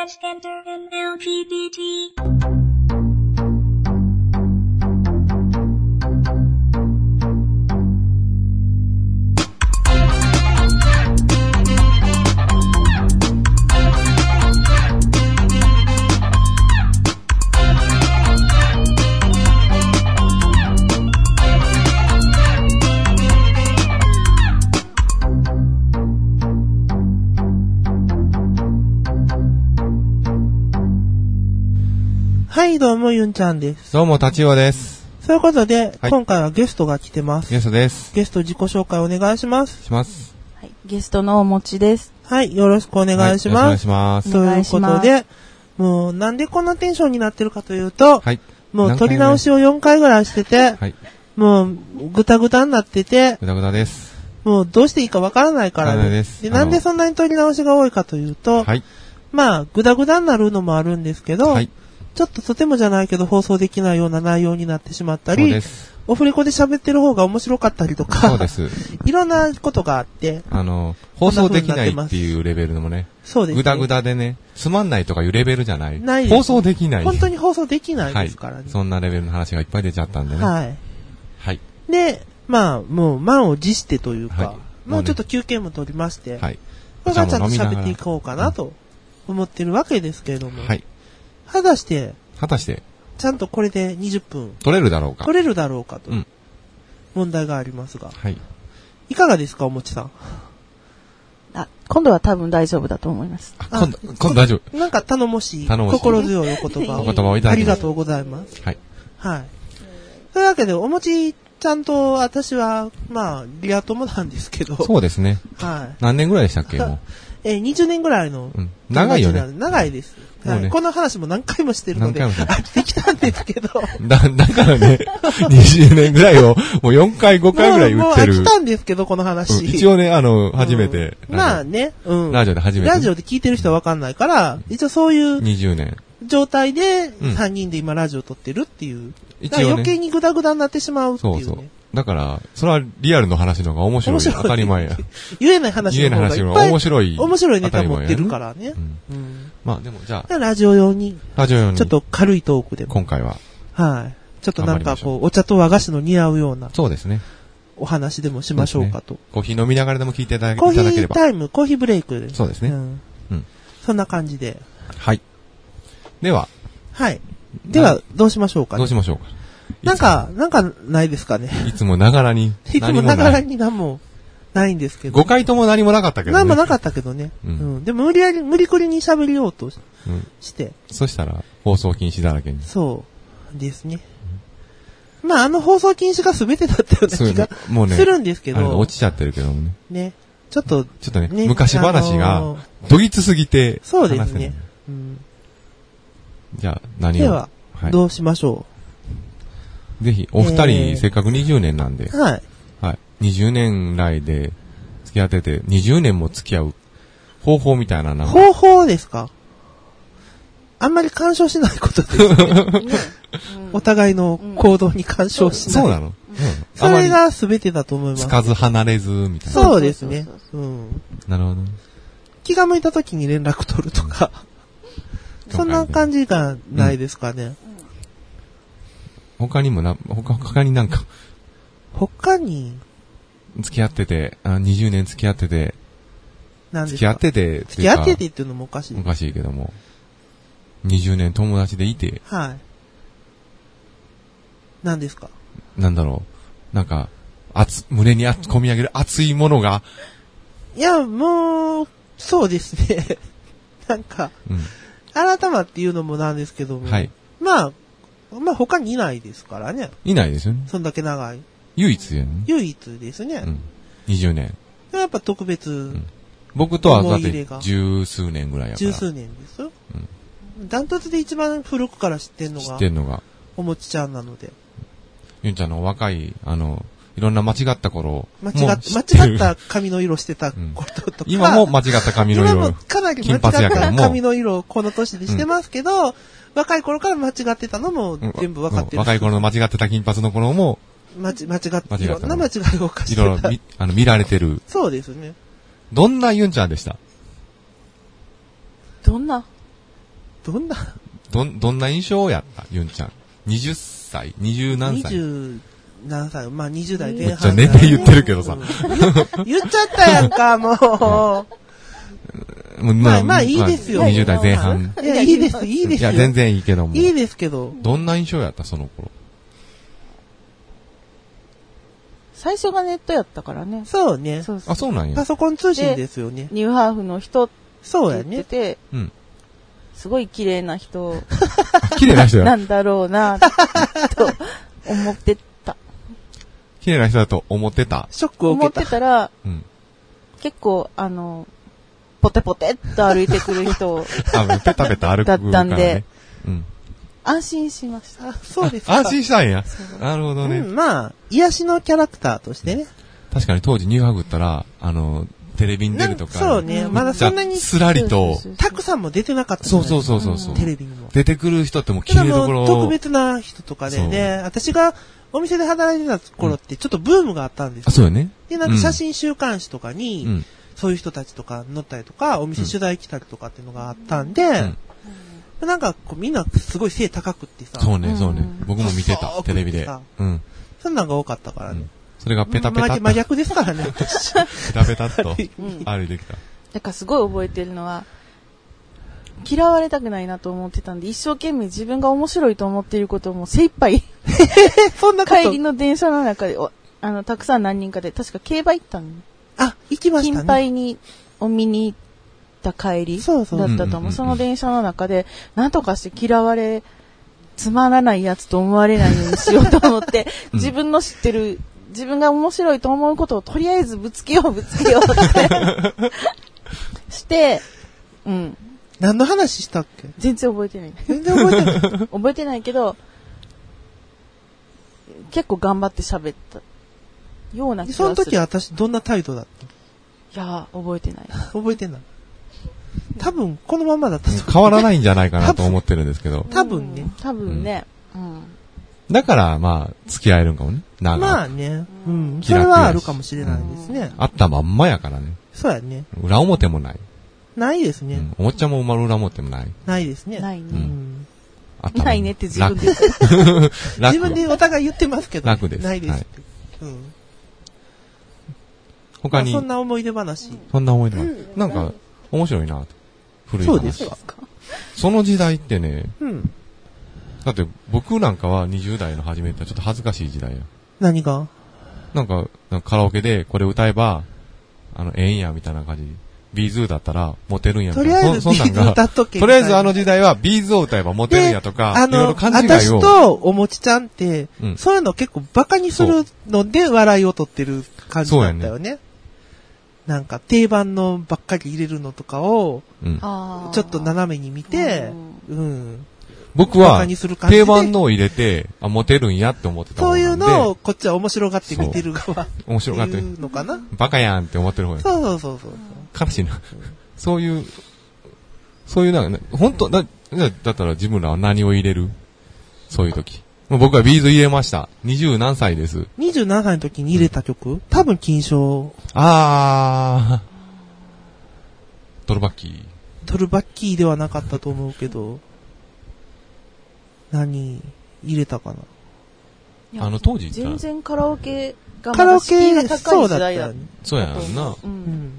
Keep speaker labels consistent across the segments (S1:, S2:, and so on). S1: transgender and LGBT.
S2: はい、どうも、ゆんちゃんです。
S3: どうも、立ちです。
S2: そういうことで、
S3: はい
S2: 今回はゲストが来てます。
S3: ゲストです。
S2: ゲスト自己紹介お願いします。
S3: します。
S4: はい、ゲストのおもちです。
S2: はい、よろしくお願いし
S3: はいよろ
S2: ま
S3: し
S2: す。
S3: くお願いします。
S4: す
S2: というこ
S4: お願
S2: と
S4: いし
S2: で、もう、なんでこんなテンションになってるかというと、
S3: はい。
S2: もう
S3: 何回
S2: 撮
S3: 目
S2: り直しを4回ぐらいしてて、
S3: はい。
S2: もう、ぐたぐたになってて、
S3: ぐだぐだです。
S2: もうどうしていいかわからないから
S3: わからないですあの
S2: なんでそんなに撮り直しが多いかというと、
S3: はい。
S2: まあ、ぐだぐだになるのもあるんですけど、
S3: はい。
S2: ちょっととてもじゃないけど放送できないような内容になってしまった
S3: そうで
S2: り、
S3: す。
S2: オフレコで喋ってる方が面白かったりとか、
S3: そうです。
S2: いろんなことがあって、
S3: あの、放送できないっていうレベルのもね、
S2: そうです、ね。
S3: ぐだぐだでね、つまんないとかいうレベルじゃない。
S2: ないです
S3: 放送できない。
S2: 本当に放送できない
S3: は
S2: で
S3: い
S2: すから。ね。
S3: そんなレベルの話がいっぱい出ちゃったんでね。はい。
S2: はい。で、まあ、もう満を持してというか、
S3: はい
S2: もうちょっと休憩も取りまして、
S3: はい。
S2: これからちゃんと
S3: お茶も飲みなが
S2: 喋
S3: ら
S2: っていこうかなと思ってるわけですけれども、
S3: はい。
S2: 果たして、
S3: 果たして、
S2: ちゃんとこれで20分
S3: 取れるだろうか。
S2: 取れるだろうかと
S3: うん、
S2: 問題がありますが、
S3: はい。
S2: いかがですか、おもちさん。
S4: あ、今度は多分大丈夫だと思います。
S3: あ、今度、今度大丈
S2: 夫。なんか頼もしい、
S3: 頼もしい
S2: 心強いお言葉
S3: お言葉をいただ
S2: あ
S3: き
S2: り
S3: ま
S2: が
S3: す
S2: とうございます。
S3: 夫。はい。
S2: はい。というわけで、お餅ちゃんと私は、まあ、リア友なんですけど、
S3: そうですね。
S2: はい。
S3: 何年ぐらい でしたっけ、も
S2: えー、20年ぐらいの
S3: う。うん。長いよ
S2: 友達
S3: ね。
S2: なんで長いです。
S3: もうね
S2: はい。この話も何回もしてるので、
S3: 何回も
S2: 飽きてきたんですけど、
S3: だ、だからね、20年ぐらいを、もう4回、5回ぐらい
S2: もうも
S3: 売
S2: う
S3: って
S2: 飽
S3: る。
S2: きたんですけど、この話。
S3: うん一応ね、あの、初めて。
S2: うんまあね、うん。
S3: ラジオで初めて。
S2: ラジオで聞いてる人はわかんないから、一応そういう
S3: 20年。
S2: 状態で、
S3: うん
S2: 3人で今ラジオ撮ってるっていう。
S3: 一
S2: だから
S3: 応
S2: 余計
S3: ね。
S2: にグダグダになってしまうっていう
S3: そ
S2: ね。
S3: うそう。だから、それはリアルの話の方が面白い。
S2: 面白い
S3: 当たり前や。
S2: 言えない話
S3: 家
S2: の方
S3: の
S2: が
S3: 話
S2: いっ
S3: の方が
S2: ぱい
S3: 面白い。。
S2: 面白いネタ持ってるかららね
S3: う。ん。
S2: うん。
S3: まあでも、じゃ
S2: だからラジオ用に、
S3: あ、ラジオ用に、
S2: ちょっと軽いトークでも。
S3: 今回は。
S2: はい。ちょっとなん
S3: 頑張り
S2: か
S3: ましょ
S2: こう、お茶と和菓子の似合うような
S3: そうですね。
S2: お話でもしましょうかと。
S3: コーヒー飲みながらでも聞いていただけ
S2: コ
S3: い
S2: ーヒ
S3: ただけれ
S2: ー
S3: ば。
S2: タイム、コーヒーブレイクです
S3: そうですね。
S2: ん
S3: うん
S2: そんな感じで。
S3: はい。では、
S2: はい。では、どうしましょうか
S3: どう
S2: ね。
S3: しましょうか。
S2: なんか、なんかないですかね。
S3: いつもながらに。
S2: いつも
S3: 何な
S2: ながらに何もないんですけど
S3: 5。回とも何もなかったけどね。
S2: 何もなかったけどね。う
S3: うん
S2: ん。でも無理やり、無理くりに喋りようとし
S3: うん
S2: して。
S3: そしたら、放送禁止だらけに。
S2: そうですね。まあ、あの放送禁止が全てだったような
S3: そう
S2: 気
S3: ね
S2: が
S3: もうね、
S2: するんですけ
S3: あれが
S2: ど、
S3: 落ちちゃってるけどもね。
S2: ね。ちょっと、
S3: ちょっとね、
S2: ね
S3: 昔話
S2: あの
S3: が
S2: ー、
S3: どぎつすぎて、
S2: そうです
S3: 話せない
S2: ね。うん
S3: じゃあ、何を
S2: では、
S3: はい、
S2: どうしましょ
S3: ぜひ、お二
S2: えー
S3: 人、せっかく20年なんで
S2: う。、はい。
S3: はい。20年来で、付き合ってて、20年も付き合う、方法みたいなのが
S2: 方法ですかあんまり干渉しないことです ね。お互いの行動に干渉しない。
S3: そうなの、うん、
S2: それ
S3: あま
S2: が全てだと思いま
S3: り、
S2: す
S3: つ。かず離れず、みたいな。
S2: そうですね
S4: そうそう。
S2: うん。
S3: なるほどね。
S2: 気が向いた時に連絡取るとか、そんな感じがないですかね。
S3: 他にもな、他、他になんか、
S2: 他に、
S3: 付き合ってて、あ20年付き合ってて、
S2: 何ですか
S3: 付き合ってて、
S2: 付き合ってて
S3: て。
S2: っていうのもおかしい
S3: お。かしいけども、20年友達でいて、
S2: はい。何ですか
S3: なんだろう、なんか、熱、胸にあ込み上げる熱いものが、
S2: いや、もう、そうですね。 なんか、
S3: うん、
S2: 改まっていうのもなんですけども。
S3: はい。
S2: まあ、まあ他にいないですからね。
S3: いないですよね。
S2: そんだけ長い。
S3: 唯一やね。
S2: 唯一ですね。
S3: うん。20年。
S2: やっぱ特別、
S3: ん僕とはだっ
S2: 思い入れ
S3: て
S2: が
S3: 十数年ぐらいやから。
S2: 十数年ですよ。ダントツで一番古くから知ってんの
S3: 知
S2: が
S3: って、んのが、
S2: おもちちゃんなので。
S3: ゆんちゃんの若い、あの、いろんな間違った頃。
S2: 間違
S3: も
S2: っ
S3: う知
S2: 間
S3: てる
S2: 違っ。た髪の色してたこととか。
S3: 今も間違った髪の
S2: 今
S3: 色
S2: も
S3: を。
S2: かなり間違
S3: 金
S2: っ
S3: 髪やけ
S2: た
S3: ども
S2: 髪の色をこの年でしてますけど、若い頃から間違ってたのも
S3: うん
S2: 全部分かって
S3: うん
S2: る。
S3: 若い頃の間違ってた金髪の頃も、
S2: 間違間違って、
S3: 間違ったの
S2: いろんな間違いを犯し
S3: い
S2: て
S3: ろいろ
S2: た。
S3: 見、あの、見られてる。
S2: そうですね。
S3: どんなゆんちゃんでした
S4: どんな
S2: どんな、
S3: どん、どんな印象やったユンちゃん。20歳 ?20 何歳
S2: 27歳、まあ20代
S3: め
S2: 前
S3: っちゃ
S2: 半。
S3: 年齢言ってるけどさ。
S2: 言っちゃったやんか、も
S3: もう
S2: まあまあいいですよ
S3: 20代前半。
S2: う。いや、いいです、いいです
S3: い
S2: よ。
S3: や、全。然いいけども。
S2: いいですけど。
S3: どんな印象やったその頃。
S4: 最初がネットやったからね。
S2: そうね。
S4: そうそう
S3: あ、そうなんや
S2: パ。ソコン通信ですよね。
S4: ニューハーフの人って
S2: そう
S4: 言
S2: や
S4: って
S2: ね。
S4: て、
S3: うん。
S4: すごい綺麗な人
S3: あ綺麗な人
S4: な
S3: や。
S4: んだろうな、と思って た。
S3: 綺麗な人だと思ってた。
S2: ショックを
S4: 思
S2: 受
S4: っ
S2: け
S4: て
S2: た。
S4: たら、
S3: うん。
S4: 結構、あの、ポテポテっと歩いてくる 人、
S3: あ、もうペタペタ歩くから、ね。
S4: だったんで
S3: うん。
S4: 安心しました。
S2: あ、そうですか。
S3: 安心したんや。なるほどね。
S2: うん、まあ、癒しのキャラクターとしてね。
S3: 確かに当時ニューハグったら、あの、テレビに出るとか。
S2: そうね。まだ
S3: じゃ
S2: そ
S3: あ
S2: んなに、
S3: すらりと
S4: そうそうそう、
S2: たくさんも出てなかったじゃ
S3: そ
S2: な
S3: う
S2: い
S3: そうそうそうそう。
S2: テレビにも。
S3: 出てくる人ってもう綺
S2: ただ
S3: 麗どこ
S2: も
S3: ろ。
S2: う、特別な人とかでね、私がお店で働いてた頃って、ちょっとブームがあったんです
S3: あ、
S2: よ。
S3: そうよね。
S2: で、なんか写真週刊誌とかに、
S3: うん。
S2: そういう人たちとか乗ったりとか、お店取材来たりとかっていうのがあったんで、
S3: ん
S2: なんかこうみんなすごい背高くってさ、
S3: そう
S4: う
S3: ね、
S4: ん
S3: そうね。僕も見て
S2: そ
S3: た、
S2: う
S3: テレビで
S2: さ。
S3: うん。
S2: そんなんが多かったからね。
S3: それがペタペタ
S2: 真
S3: っ
S2: 逆真逆
S3: と、ペ
S2: です からね、私。
S3: タペタっ と
S4: うん
S3: 歩いてきた。
S4: だからすごい覚えてるのは、嫌われたくないなと思ってたんで、一生懸命自分が面白いと思っていることをもう精一杯、
S2: そんなこ
S4: 帰り
S2: と。
S4: の電車の中で、おあの、たくさん何人かで、確か競馬行ったの。
S2: あ、行きまし
S4: 金
S2: たね。
S4: 杯に、を見に行った帰りだ
S2: そうそう
S4: った
S3: うんうん
S4: と
S3: うんう
S4: 思
S3: ん
S4: う。その電車の中で、なんとかして嫌われ、つまらないやつと思われないようにしようと思って、
S3: ん
S4: 自分の知ってる、自分が面白いと思うことをとりあえずぶつけよう、ぶつけようって して、うん。
S2: 何の話したっけ
S4: 全然覚えてない。
S2: 全然覚えてない。
S4: 覚えてないけど、結構頑張って喋ったよ うな気がする。
S2: その時
S4: い
S2: 私どんな態度だった
S4: や、覚えてない。
S2: 覚えてない。多分、このままだったと。
S3: 変わらないんじゃないかなと思ってるんですけど。
S2: 多分ね
S4: うん。多分ね。うん。
S3: だから、まあ、付き合えるんかもね。長く
S2: まあね。うん。
S3: 気
S2: そ
S3: 楽やし
S2: れはあるかもしれないですね。
S3: あったまんまやからね。
S2: そうやね。
S3: 裏表もない。
S2: ないですね。
S3: うんおもちゃも生まれる裏表もない。
S2: ないですね。
S4: ないね
S2: うん
S3: あったまんま
S4: ないねって自分で言っ
S3: 楽
S4: た。
S3: 楽
S2: 自分でお互い言ってますけど、
S3: 楽です
S2: ないです
S3: はい
S2: って。うん。
S3: 他に
S2: まあそん、な思い出話。
S3: そんな思い出があるなんか、面白いなって。古い話。
S2: そうですか。
S3: その時代ってね、
S2: うん。
S3: だって僕なんかは20代の初めってちょっと恥ずかしい時代や。
S2: 何が
S3: なんか、なんかカラオケでこれ歌えば、あの、ええんや、みたいな感じ。ビーズだったら、モテるんや、み
S2: と
S3: たい
S2: り
S3: な。
S2: あえず、
S3: そ
S2: ビ
S3: そんなん
S2: ーズ
S3: が
S2: 歌っとけ。
S3: とりあえずあの
S2: み
S3: 時代は、ビーズを歌えばモ
S2: た
S3: テるん
S2: いな、
S3: やとか、
S2: あ
S3: いろい
S2: の
S3: ろ、勘違い
S2: 私
S3: を。
S2: とおもちちゃんって
S3: うん、
S2: そういうの結構バカにするので笑いを取ってる感じだった
S3: そう
S2: よね。なんか、定番のばっかり入れるのとかを、
S3: うん
S4: あー
S2: ちょっと斜めに見て、うん。
S3: 僕
S2: バ
S3: は
S2: カに、する感じで。
S3: 定番のを入れて、あ、モテるんやって思ってたも
S2: そ
S3: ん
S2: うい
S3: な
S2: うん
S3: で。
S2: のを、こっちは面白がって見てる側。
S3: 面白がって
S2: い、うのかな
S3: バカやんって思ってる方や。
S2: そうそうそうそう。
S3: 悲しいな。そういう、そういうなんか、本当だ、だだったら自分らは何を入れるそういう時。もう僕はビーズ入れました。二十何歳です。
S2: 27歳の時に入れた曲、多分金賞、
S3: あー。ドルバッキー。
S2: トルバッキーではなかったと思うけど、何入れたかな。
S4: いや
S3: あの当時言
S4: 全
S3: ったら、
S4: 然カラオケが
S2: カ
S4: ま
S2: ラ
S4: だ
S2: オ
S4: 敷居
S2: ケ
S4: が、高
S2: そ
S4: いう
S2: だ
S4: 時
S2: った
S4: 代だ
S2: よ
S4: っ
S2: ね。
S3: そうや
S4: たと
S3: ん
S4: 思
S3: な。
S4: う。う。
S2: うんん。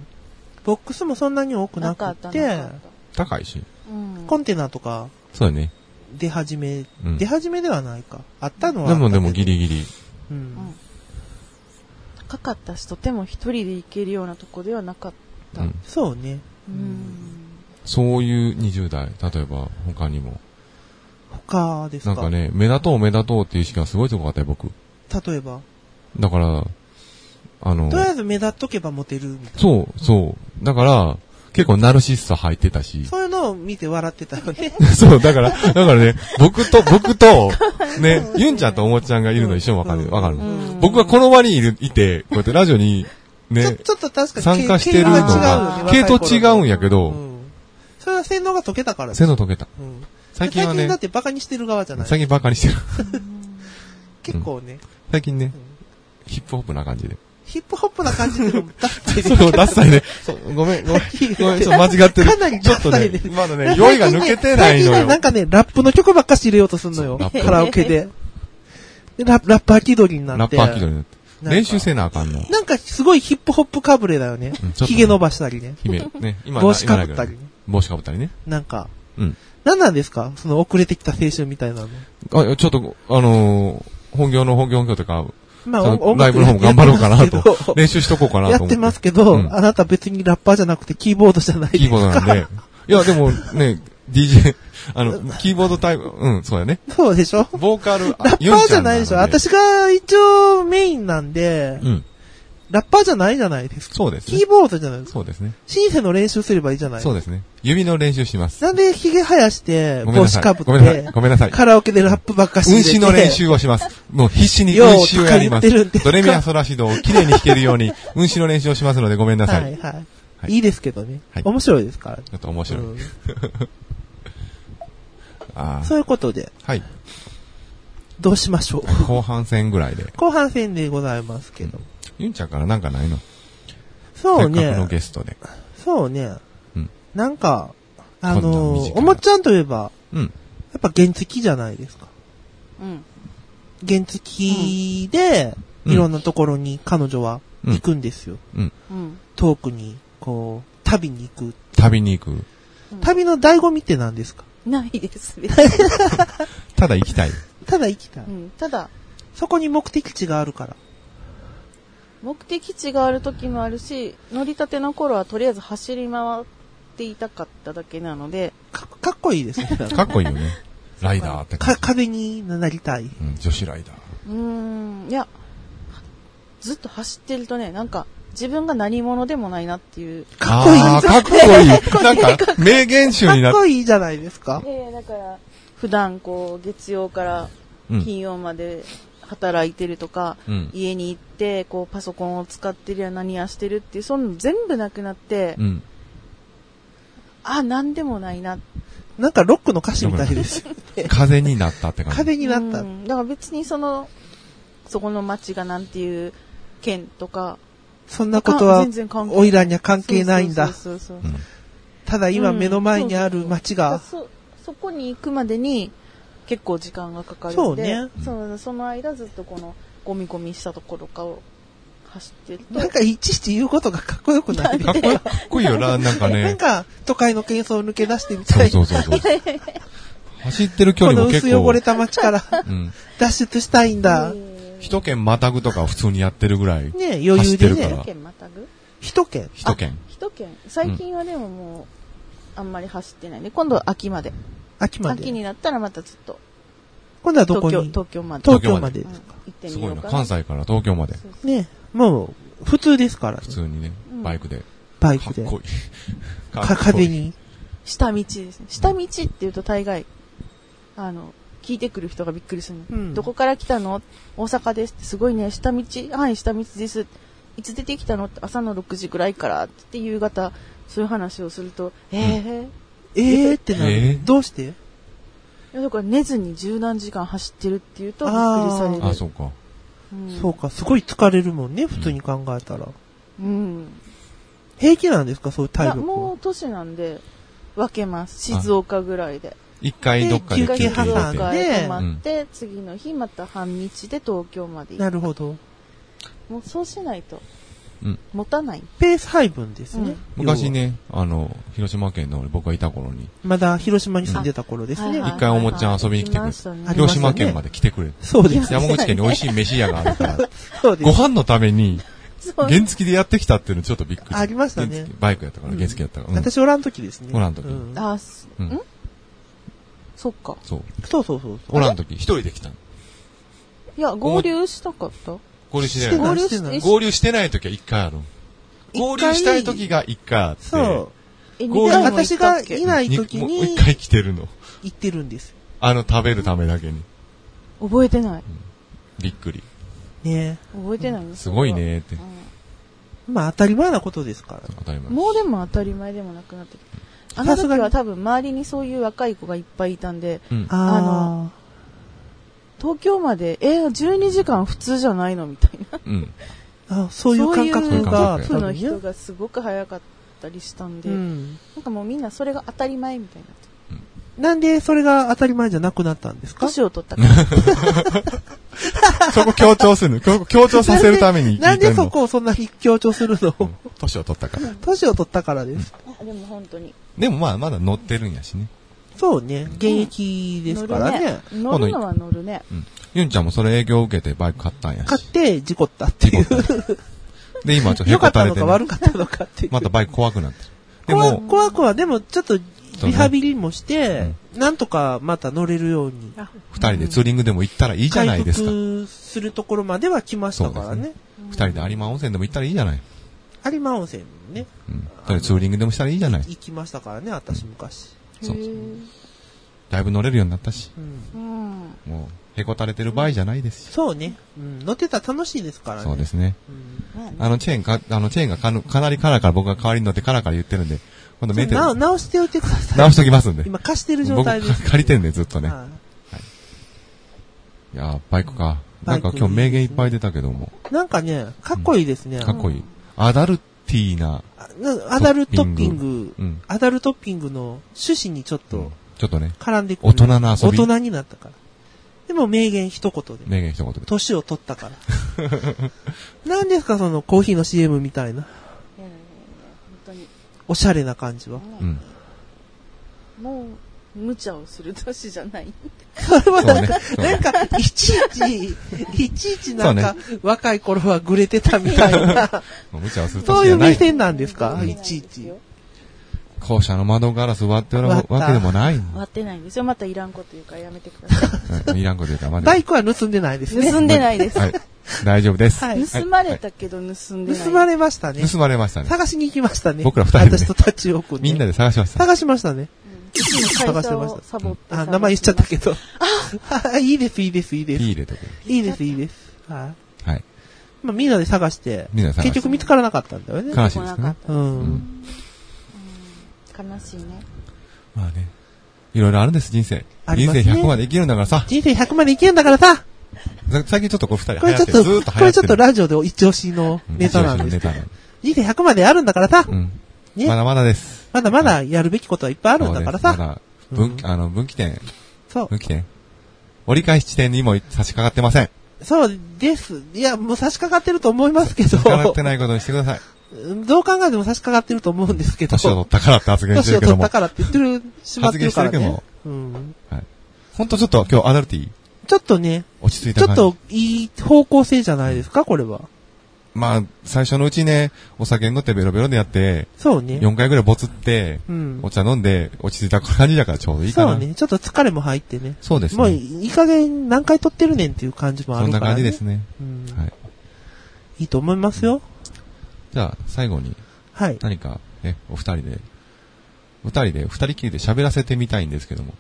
S2: ボックスもそんなに多くな
S4: なか
S2: く
S4: った
S2: て、
S4: なかった
S3: 高いし。
S4: うん
S2: コンテナとか
S3: そうやね。
S2: 出始め、
S3: うん。
S2: 出
S3: で
S2: 始めではないか。あったのはあったけど。
S3: もでもギリギリ。
S2: うん。
S4: ん高かったし、とても一人で行けるようなとこではなかった。
S3: う
S4: うんん。
S2: そうね。
S3: そういう20代。例えば、他にも。
S2: 他です
S3: な
S2: か
S3: んかね、目立とう目立とうっていう意識がすごいとこあったよ、僕。
S2: 例えば。
S3: だから、あの
S2: と、りあえず目立っとけばモテるみたいな。
S3: そう、そう。だから、結構ナルシスト入ってたし。
S2: そういうのを見て笑ってたよね。
S3: そう、だから、だからね、僕と、僕と、 ね、ユンちゃんとおもちゃんがいるの一緒にわかる、わかる。
S4: うん
S3: 僕がこの場にいる、いて、こうやってラジオに、
S2: ちょ
S3: ね、
S2: ちょっと確かに
S3: 参加してるの
S4: が
S3: 系統違うん
S2: や
S3: やけど、
S2: それは洗脳が解けたから
S3: 背の解けた。
S2: うん
S3: 最近は
S2: だ
S3: ね
S2: っ、てバカにしてる側じゃない。
S3: 最近バカにしてる。
S2: 結構ね。
S3: 最近ね、ヒップホップな感じで。
S2: ヒップホップな感じでも出してる。
S3: そう、ダッサいね。そう、ごめん、ごめん。 ごめん、ちょっと間違ってる。
S2: かなり
S3: ちょっと
S2: ダサ
S3: ね
S2: いね、
S3: 今のね、 酔いが抜けてない
S2: 最
S3: の
S2: 近ね
S3: よ
S2: な。んかね、ラップの曲ばっかし入れようとすんのよ
S3: そうラ。ップ
S2: カラオケで。でララッパー気取りにな
S3: ラ
S2: っ
S3: ッ
S2: て。
S3: パー気取りになって。
S2: なんか
S3: 練習せなあかんの。
S2: なんかすごいヒップホップかぶれだよね
S3: うんちょっと。ね
S2: 髭伸ばしたりね。
S3: 姫、ね、今
S2: 帽子かぶっ
S3: 今だ
S2: た
S3: け
S2: り
S3: ど
S2: ね。
S3: 帽子かぶったりね。
S2: なんか。
S3: うん。
S2: なんなんですかその遅れてきた青春みたいなの。
S3: あ、ちょっと、あのー、本業の本業本業とか、
S2: ま
S3: その
S2: 音
S3: ライ
S2: 楽
S3: ブの方も頑張ろうかなと。
S2: や
S3: 練習しとこうかなと思って。
S2: ってますけど、
S3: うん
S2: あなた別にラッパーじゃなくてキーボードじゃないです
S3: キ
S2: か。
S3: ーボードなんで。いや、でもね、DJ、あ の、キーボードタイプ、うん、そうやね。
S2: そうでしょ
S3: ボーカル、ラッ
S2: ラッパーじゃないでしょ。私が一応メインなんで、
S3: うん、
S2: ラッパーじゃないじゃないですか。
S3: そうですね
S2: キー。ボードじゃないですか。
S3: そうですね。
S2: シンセの練習すればいいじゃない
S3: そうですね。指の練習します。
S2: なんで髭生やして、
S3: ごめ
S2: 帽
S3: んな
S2: 子
S3: さ
S2: か
S3: い。
S2: ぶ
S3: ごめ
S2: っ
S3: んなさい。
S2: て、
S3: ごめんなさい。
S2: カラオケでラップばっかし入
S3: 運
S2: れて
S3: 指の練習をします。もう必死に運指をやります。
S2: ようとか言ってるんです
S3: ド
S2: か
S3: レミアソラシドをきれいに弾けるように、運指の練習をしますのでごめんなさい。
S2: はいはい。、
S3: はい
S2: いですけどね。
S3: はい
S2: 面白いですからね。
S3: ちょっと面白い。
S2: うん
S3: あー
S2: そういうことで、
S3: はい。
S2: どうしましょ う。
S3: 後半戦ぐらいで。
S2: 後半戦でございますけど。
S3: ゆんちゃんからなんかないの
S2: そう
S3: せっかくの
S2: ね。
S3: ゲストで。
S2: そうね。
S3: うん
S2: なんか、あ
S3: こんな
S2: の
S3: 短い
S2: ー、おもちゃんといえば、
S3: うん。
S2: やっぱ原付きじゃないですか。
S4: うん。
S2: 原付きで、
S3: うん
S2: いろんなところに彼女は行くんですよ。
S4: うん。
S2: 遠くに、こう、旅に行く。
S3: 旅に行く。
S2: 旅の醍醐味って何ですか
S4: ないです、別に。
S3: ただ行きたい。
S2: ただ行きたい。
S4: うん。ただ、
S2: そこに目的地があるから。
S4: 目的地がある時もあるし、乗りたての頃はとりあえず走り回っていたかっただけなので、
S2: かかっこいいですね。
S3: かっこいいよね。ライダーって感
S2: か、
S3: じ。
S2: 壁になりたい。
S3: うん、女子ライダー。
S4: うーん、いや、ずっと走ってるとね、なんか、自分が何者でもないなっていう。
S2: かっこいい
S3: あーかっこいい。なんか、名言集
S2: か
S3: にな
S2: っ
S3: っ
S2: こいいじゃないですか。
S4: えだから、普段こう、月曜から
S3: うん。
S4: 金曜まで働いてるとか、
S3: うん。
S4: 家に行って、こう、パソコンを使ってるや何やしてるっていう、そんなの全部なくなって、
S3: うん。
S4: あ、なんでもないな。
S2: なんかロックの歌詞みたいですよね。
S3: 風になったって感 じ。
S2: 壁になった
S4: う。んだから別にその、そこの町がなんていう県とか、
S2: そんなことは
S4: 全、然関係ない
S2: おいらには関係ないんだ。
S4: そうそうそうそう
S3: うん。
S2: ただ今目の前にある街が、
S4: そそこに行くまでに結構時間がかかる
S2: そ
S4: ん
S2: う
S4: で
S2: ね
S4: そうその間ずっとこのゴミゴミしたところとかを走ってると
S2: なんかいちいち言うことがかっこよくない
S3: かっこいいかっこいいよな、なんか
S2: なん
S3: ね。
S2: か、都会の喧騒を抜け出してみ
S3: そ
S2: た
S3: う
S2: い。
S3: そうそうそう。走ってる距
S2: こ
S3: 離
S2: の
S3: も結
S2: 薄
S3: 構。
S2: 汚れた街から
S3: うん。
S2: 脱出したいんだ。ね
S4: えー
S3: 一県またぐとか普通にやってるぐらい。
S2: 余裕で
S3: 走ってる
S2: ね
S3: か。
S4: 一軒またぐ
S2: 一軒。
S3: 一県。
S4: 一軒最近はでももうあんまり走ってないね今度は秋まで
S2: 秋ま
S4: 秋
S2: で。
S4: になったらまたずっと
S2: 今度はどこ
S4: 東京
S2: に
S4: 東京まで
S2: 東京まで
S4: うん。行って
S3: す
S4: みよ
S3: ごいうな。
S4: か
S3: 関
S4: な
S3: 西から東京まで。
S4: そうそう
S2: ねもう、普通ですからね
S3: 普。通にね、
S4: うん
S3: バイクで。
S2: バイ
S3: か
S2: ク
S3: っ
S2: で。
S3: こいい。
S2: か、
S3: っこい
S2: 壁
S3: い。
S2: に。
S4: 下道ですね下道っていうと大概あの聞いてくる人がびっくりするの、
S2: うん
S4: どこから来たの大阪ですってすごいね下道はい下道ですいつ出てきたのって朝の6時ぐらいからって言って夕方そういう話をするとええーい
S2: えーってな
S3: え
S2: る。
S3: ー
S2: どうして
S4: やだから寝ずに十何時間走ってるっていうとびっ
S2: あー
S4: くりされる
S3: あ、そうか。
S4: うん、
S2: そうか、すごい疲れるもんね、普通に考えたら。
S4: うん
S2: 平気なんですか、そういう
S4: い
S2: 体
S4: や
S2: 力
S4: も
S2: は
S4: う。年なんで分けます静岡ぐらいで
S3: 一回どっかで
S2: 一
S4: 一
S3: 休
S4: 回
S2: 回
S3: 憩
S4: 静
S2: 挟んで
S4: 岡
S3: 入れて。
S4: へ泊まって、次の日また半日で東京まで行く
S2: なるほど。
S4: もうそうしないと、
S3: うん
S4: 持たない。
S2: ペース配分ですね。
S3: 昔ね、あの、広島県の俺僕がいた頃に、
S2: 要は。まだ広島に住んでた頃です
S4: はい
S2: ね
S4: はい。
S3: 一回おもちゃん遊びに来てくれ
S4: 行きましたね
S2: ありま
S3: 広
S2: したね
S3: 島県まで来てくれる。
S2: そうです。
S3: 山口県に美味しい飯屋があるから、
S2: そうで
S3: ご
S2: す。
S3: 飯のために、
S4: そう
S3: 原付でやってきたっていうのちょっとびっくり
S2: ありましたね
S3: 原付バイクやったから、
S2: うん
S3: 原付やったから。うん
S2: 私おらん時ですね。
S3: おらん時
S2: う
S4: あ、す
S3: うん
S4: んそっか。
S3: そう。
S2: そうそうそうそう。
S3: おらん時、一人で来たの。
S4: いや、合流したかった
S3: 合流し
S2: して
S3: て
S2: な
S3: ないい。
S2: し
S4: 合流
S2: てない
S4: え
S3: 合流してない時は一回ある。合流したい時が一回あって。
S2: そう。
S4: え、
S3: 合流
S4: 二回も行っ
S2: 私
S4: た
S2: が
S4: っけ
S2: いない
S3: に
S2: 時
S3: もうもう
S2: に
S3: 一回来てるの。
S2: 行ってるんです。
S3: あの、食べるためだけに。
S4: 覚えてない。
S3: びっくり。
S2: ね
S4: 覚えてない
S3: すごい。ねーって
S4: そ。れは
S2: まあ当たり前なことですから。
S3: 当たり
S4: うん
S3: 前。
S4: もうでも当たり前でもなくなってきた。あの時は多分周りにそういう若い子がいっぱいいたんで、
S3: うん。
S2: あ
S4: 東京まで、えー、12時間普通じゃないのみたいな。
S3: うん。
S2: あ。あそういう感
S4: そうい
S2: 覚
S4: う
S2: が
S4: ト
S3: そういう感覚
S4: ップの
S2: 多
S4: 人
S2: 分ね
S4: がすごく早かったりしたんで、
S2: うん
S4: なんかもうみんなそれが当たり前みたいになってる
S2: なんでそれが当たり前じゃなくなったんですか
S4: 年を取っ たから。
S3: そこ強調するの強強調させるために聞
S2: ないん
S3: て
S2: で
S3: ん
S2: そ
S3: の。
S2: こをそんなに強調するの
S3: うん年を取ったから。
S2: 年を取ったからです。
S4: あでも本当に。
S3: でもまあ、まだ乗ってるんやしね。
S2: そうね。現役ですからね。
S4: 乗るね乗るのは乗るね。
S3: うん。ゆんちゃんもそれ影響を受けてバイク買ったんや
S2: 買っ
S3: し。
S2: て事故ったってい
S3: 事故
S2: う。
S3: で、今ちょっとへ
S2: 良か
S3: こ
S2: ったた
S3: れ
S2: の
S3: て
S2: か
S3: ね、
S2: 悪かったのかっていう。
S3: またバイク怖くなってる。で
S2: 怖
S3: も、
S2: 怖くは、でもちょっとリハビリもして、なんとかまた乗れるように。
S4: あ
S3: 二人でツーリングでも行ったらいいじゃないですか。
S2: 回
S3: 二
S2: 復するところまでは来ましたから
S3: そうで
S2: ね。
S3: 人で有馬温泉でも行ったらいいじゃない。
S2: 有馬温泉もね、
S3: うん。二人でツーリングでもしたらいいじゃない。
S2: 行きましたからね、私昔。
S3: そう
S4: へえ
S3: だいぶ乗れるようになったし。
S2: うん
S4: うん。
S3: もう、へこたれてる場合じゃないですし。
S2: そうね。うん乗ってたら楽しいですからね。
S3: そうですね。
S2: うん
S4: まあね
S3: あのチェーンか、あのチェーンがかのかなりカラカラ僕が代わりに乗ってカラカラ言ってるんで、今度メテ
S2: な直
S3: 直
S2: しておいてください。
S3: しときますんで。
S2: 今貸してる状
S3: 僕
S2: 態です。
S3: 借りてんでずっとね。
S2: はい
S3: いやーバイクか。
S2: バ
S3: な
S2: イ
S3: ん
S2: ク
S3: か今日名言いっぱい出たけども、
S2: なんかね、かっこいいですね。
S3: かっこいい。アダルティーな、
S2: あなアダルトッピング、
S3: うん。
S2: アダルトッピングの趣旨にちょっ
S3: う
S2: と
S3: んちょっとね、
S2: 絡んでくる。
S3: 大人の遊び
S2: 大人になったから。でも名言一言で。
S3: 名言一言で。
S2: 年を取ったから。 何ですかそのコーヒーの CM みたいな。
S4: いやいやいや本当に。
S2: おしゃれな感じは。
S3: うん。
S4: もう、無茶をする年じゃない。
S2: それは なんか、
S3: そう
S2: な
S3: ね
S2: んか、いちいち、いちいちなんか
S3: そ、
S2: 若い頃はぐれてたみたい な、
S3: もう無茶をする
S2: そ
S3: 年
S2: う
S3: じ
S2: いう
S3: ゃな
S2: 目
S3: い。
S2: 線なんですか
S4: うん
S2: いちいち。
S3: 校舎の窓ガラス割ってるわ
S2: 割った
S3: けでもない。
S4: 割ってないんですよ。またいらんこと言うからやめてくださ
S3: うんいらんこと言うから、まだ
S2: バイクは盗んでないです
S4: い。
S2: ね。
S4: 盗んでないです。
S3: はい。大丈夫です。
S2: はい
S4: 盗まれたけど盗んでない。
S2: 盗まれましたね。
S3: 盗まれましたね。
S2: 探しに行きましたね。
S3: 僕ら二人でね
S2: 私とタッチオー
S3: みんな
S2: で。
S3: で探しました。
S2: 探しましたね。
S4: うちの会社をサボって
S2: あ、名前言っちゃったけ
S4: ど。
S2: ど。あ いいです、いいです、いい
S3: ピ
S2: で
S3: ー
S2: す。
S3: 入れとく。
S2: いいです、いいです。はい。
S3: はい。
S2: まあ、みんなで探して、
S3: みんなで探し
S2: 結
S3: て
S2: 局見つからなかったんだよね。
S3: 悲しいですね。
S2: う。
S3: うんん。
S4: 悲しいね。
S3: まあね。いろいろあるんです、人生。
S2: あり
S3: 人
S2: ます
S3: 生
S2: ね
S3: 100まで生きるんだからさ。
S2: 人生100までいけるんだからさ、
S3: さ最近ちょっとこう二人
S2: こ
S3: 流
S2: れ
S3: 行
S2: ち
S3: っ
S2: ょってと、
S3: る、ずーっと
S2: こ
S3: 流行
S2: れ
S3: っ
S2: ち
S3: て
S2: ょ
S3: る
S2: っとラジオで一押しの
S3: うん
S2: ネタなんですけど
S3: 一押しのネ、
S2: 人生100まであるんだからさ
S3: タ、なんうん。
S2: ね
S3: まだまだです。
S2: まだまだやるべきことはいっぱいあるんだから
S3: そう
S2: さ、
S3: ですまだ、分
S2: う、ん
S3: あの、分岐点、
S2: そう
S3: 分、岐点。折り返し地点にも差し掛かってません。
S2: そうです。いや、もう差し掛かってると思いますけど
S3: 差し、掛かってないことにしてください。
S2: ど う考えても差し掛かってると思うんですけど、
S3: 年を取ったからって発言して
S2: 年を取
S3: るけど
S2: っ
S3: も
S2: た。からって言ってる、しまってるから
S3: 発言
S2: ね
S3: して。
S2: うん。
S3: ほんとちょっと今日アダルティ、
S2: ちょっとね、
S3: 落ち着い
S2: ち
S3: た
S2: ょっ
S3: 感じ。
S2: といい方向性じゃないですか、これは。
S3: まあ、最初のうちね、お酒に乗ってベロベロでやって、
S2: そうね。
S3: 4回ぐらいボツって、
S2: うん
S3: お。茶飲んで、落ち着いた感じだからちょうどいいか
S2: そ
S3: な。
S2: うね。ちょっと疲れも入ってね。
S3: そうですね。
S2: もういい加減何回撮ってるねんっていう感じもあ
S3: そん
S2: るか
S3: な
S2: ら、ね。
S3: 感じですね。
S2: うん
S3: はい。
S2: いいと思いますよ。
S3: じゃあ、最後に、
S2: はい。
S3: 何か、ね、お二人で、お二人で、二人きりで喋らせてみたいんですけども。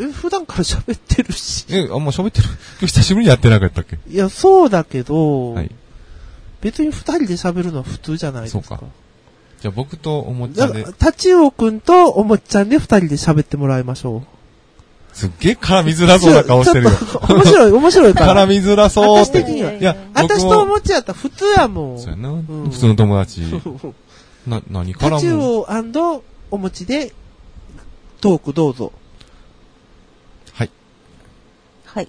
S2: え普段から喋ってるし。
S3: え、あ、もう喋ってる。 今日久しぶりにやってなかったっけ
S2: いや、そうだけど、
S3: はい。
S2: 別に二人で喋るのは普通じゃないです
S3: そう
S2: か。
S3: かじゃあ僕とおもちゃ
S2: だか
S3: で
S2: ら、、タチウオくんとおもっちゃんで二人で喋ってもらいましょ
S3: すっげえ絡みづ
S2: う。
S3: らそうな顔してるよ。
S2: ちょっと面白い、 面白いから。
S3: 絡みづらそうっ
S2: 私
S3: て。
S2: 的にはい
S3: や、僕も
S2: 私とおもっちゃんやったら普通やもん。
S3: そうやな。
S2: ん
S3: 普通の友達。な、何 か
S2: タ
S3: ら
S2: チウ
S3: も。
S2: オおもちで、トークどうぞ。
S3: はい。
S4: はい。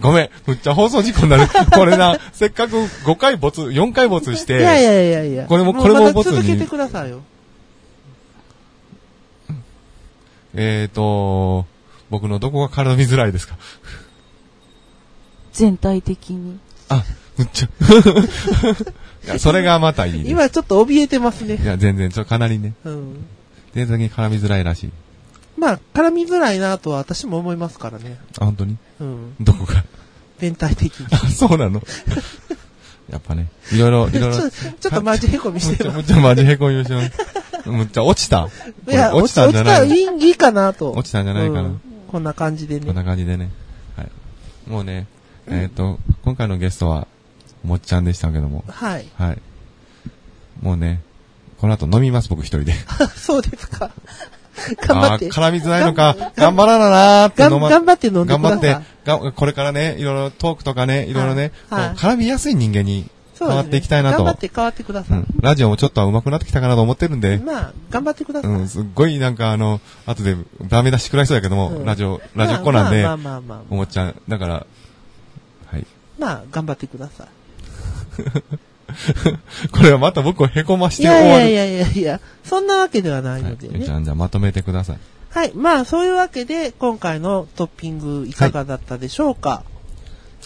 S3: ごめん。むっちゃ放送事故になる。これな、せっかく5回没、4回没し
S2: いやい
S3: て、
S2: やいやいや。
S3: これも
S2: う
S3: これも
S2: また
S3: ボツに
S2: 続けてくださいよ。
S3: えーと、僕のどこが絡みづらいですか
S4: 全体的に。
S3: あ、むっ ちゃ。いや、それがまたいいね。
S2: 今ちょっと怯えてます
S3: い
S2: ね。
S3: や、全然、ちょ、かなりね。
S2: うん。
S3: 全然絡みづらいらしい。
S2: まあ、絡みづらいなとは私も思いますからね。
S3: あ、本当に
S2: うん。
S3: どこが
S2: 全体的に。
S3: あ、そうなの やっぱね、いろいろ、い
S2: ち
S3: ろいろ。
S2: ょちょっとマジへこみ
S3: む
S2: し
S3: ってちゃ、
S2: ま
S3: むっちゃマジ へこみをしてます。むっちゃ落ちた
S2: す。いや、落
S3: これ落
S2: ち
S3: ちたんじゃな
S2: 落ち
S3: い
S2: たらいいいいかなと。
S3: 落ちたんじゃないかな
S2: うんこんな感じで
S3: こん
S2: ね。
S3: な感じでね。はい。もうね、えっと、今回のゲストは、もっちゃんでしたけども。
S2: はい。
S3: はい。もうね、この後飲みます、僕一人で。
S2: そうですか。頑張って
S3: あー。絡みづらいのか、頑張らななーって
S2: がん
S3: 飲ま
S2: 頑張って飲んで
S3: 頑
S2: くだ
S3: 張
S2: さ
S3: っ
S2: い。
S3: て、がこれからね、いろいろトークとかね、いろいろね、
S2: はい
S3: こう絡みやすい人間に
S2: そ
S3: 変
S2: うですね
S3: わっていきたいなと。
S2: 頑張って変わってくだ
S3: う
S2: さい
S3: ん。、ラジオもちょっとは上手くなってきたかなと思ってるんで、
S2: まあ、頑張ってください。
S3: うん、すっごいなんかあの、後でダメ出し食らいそうやけども、
S2: うん
S3: ラジオ、ラジオっ子なんで、
S2: まあまあまあまあまあ
S3: おもちゃん、だから、はい。
S2: まあ、頑張ってください。
S3: これはまた僕を凹まし
S2: い
S3: て終わる。
S2: やいやいやいやいや、そんなわけではない
S3: はい
S2: ので
S3: ゆう
S2: ね。
S3: ち
S2: は
S3: ゃ
S2: い、
S3: ん、じゃあまとめてください。
S2: まあ、そういうわけで、今回のトッピングいかがだったでしょうか、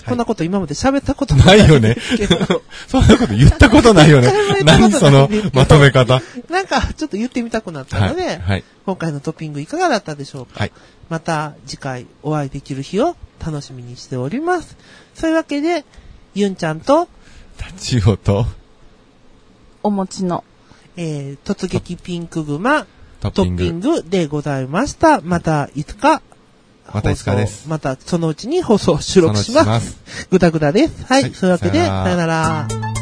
S2: こんなこと今まで喋ったこと
S3: な
S2: ない
S3: いよ
S2: ん
S3: ね
S2: ですけど。
S3: そんなこと言ったことないよね
S2: 一。回も言
S3: 何
S2: った
S3: そ
S2: ことない
S3: のまと め方。
S2: なんか、ちょっと言ってみたくなった
S3: は
S2: ので、
S3: い。はい。
S2: 今回のトッピングいかがだったでしょうか、
S3: はい。
S2: また次回お会いできる日を楽しみにしております。そういうわけで、ゆんちゃんと、
S3: 立ちよと、
S4: お餅の。
S2: えー、突撃ピンクグマ、
S3: トッ
S2: ト
S3: ピン
S2: ッ
S3: グ。
S2: ピングでございました。またいつか、
S3: またいつかで
S2: 放
S3: す
S2: 送またそのうちに放送収録します。
S3: す。
S2: ぐだぐだです。はい、
S3: はい
S2: そういうわけで、
S3: さよなら
S2: さよなら。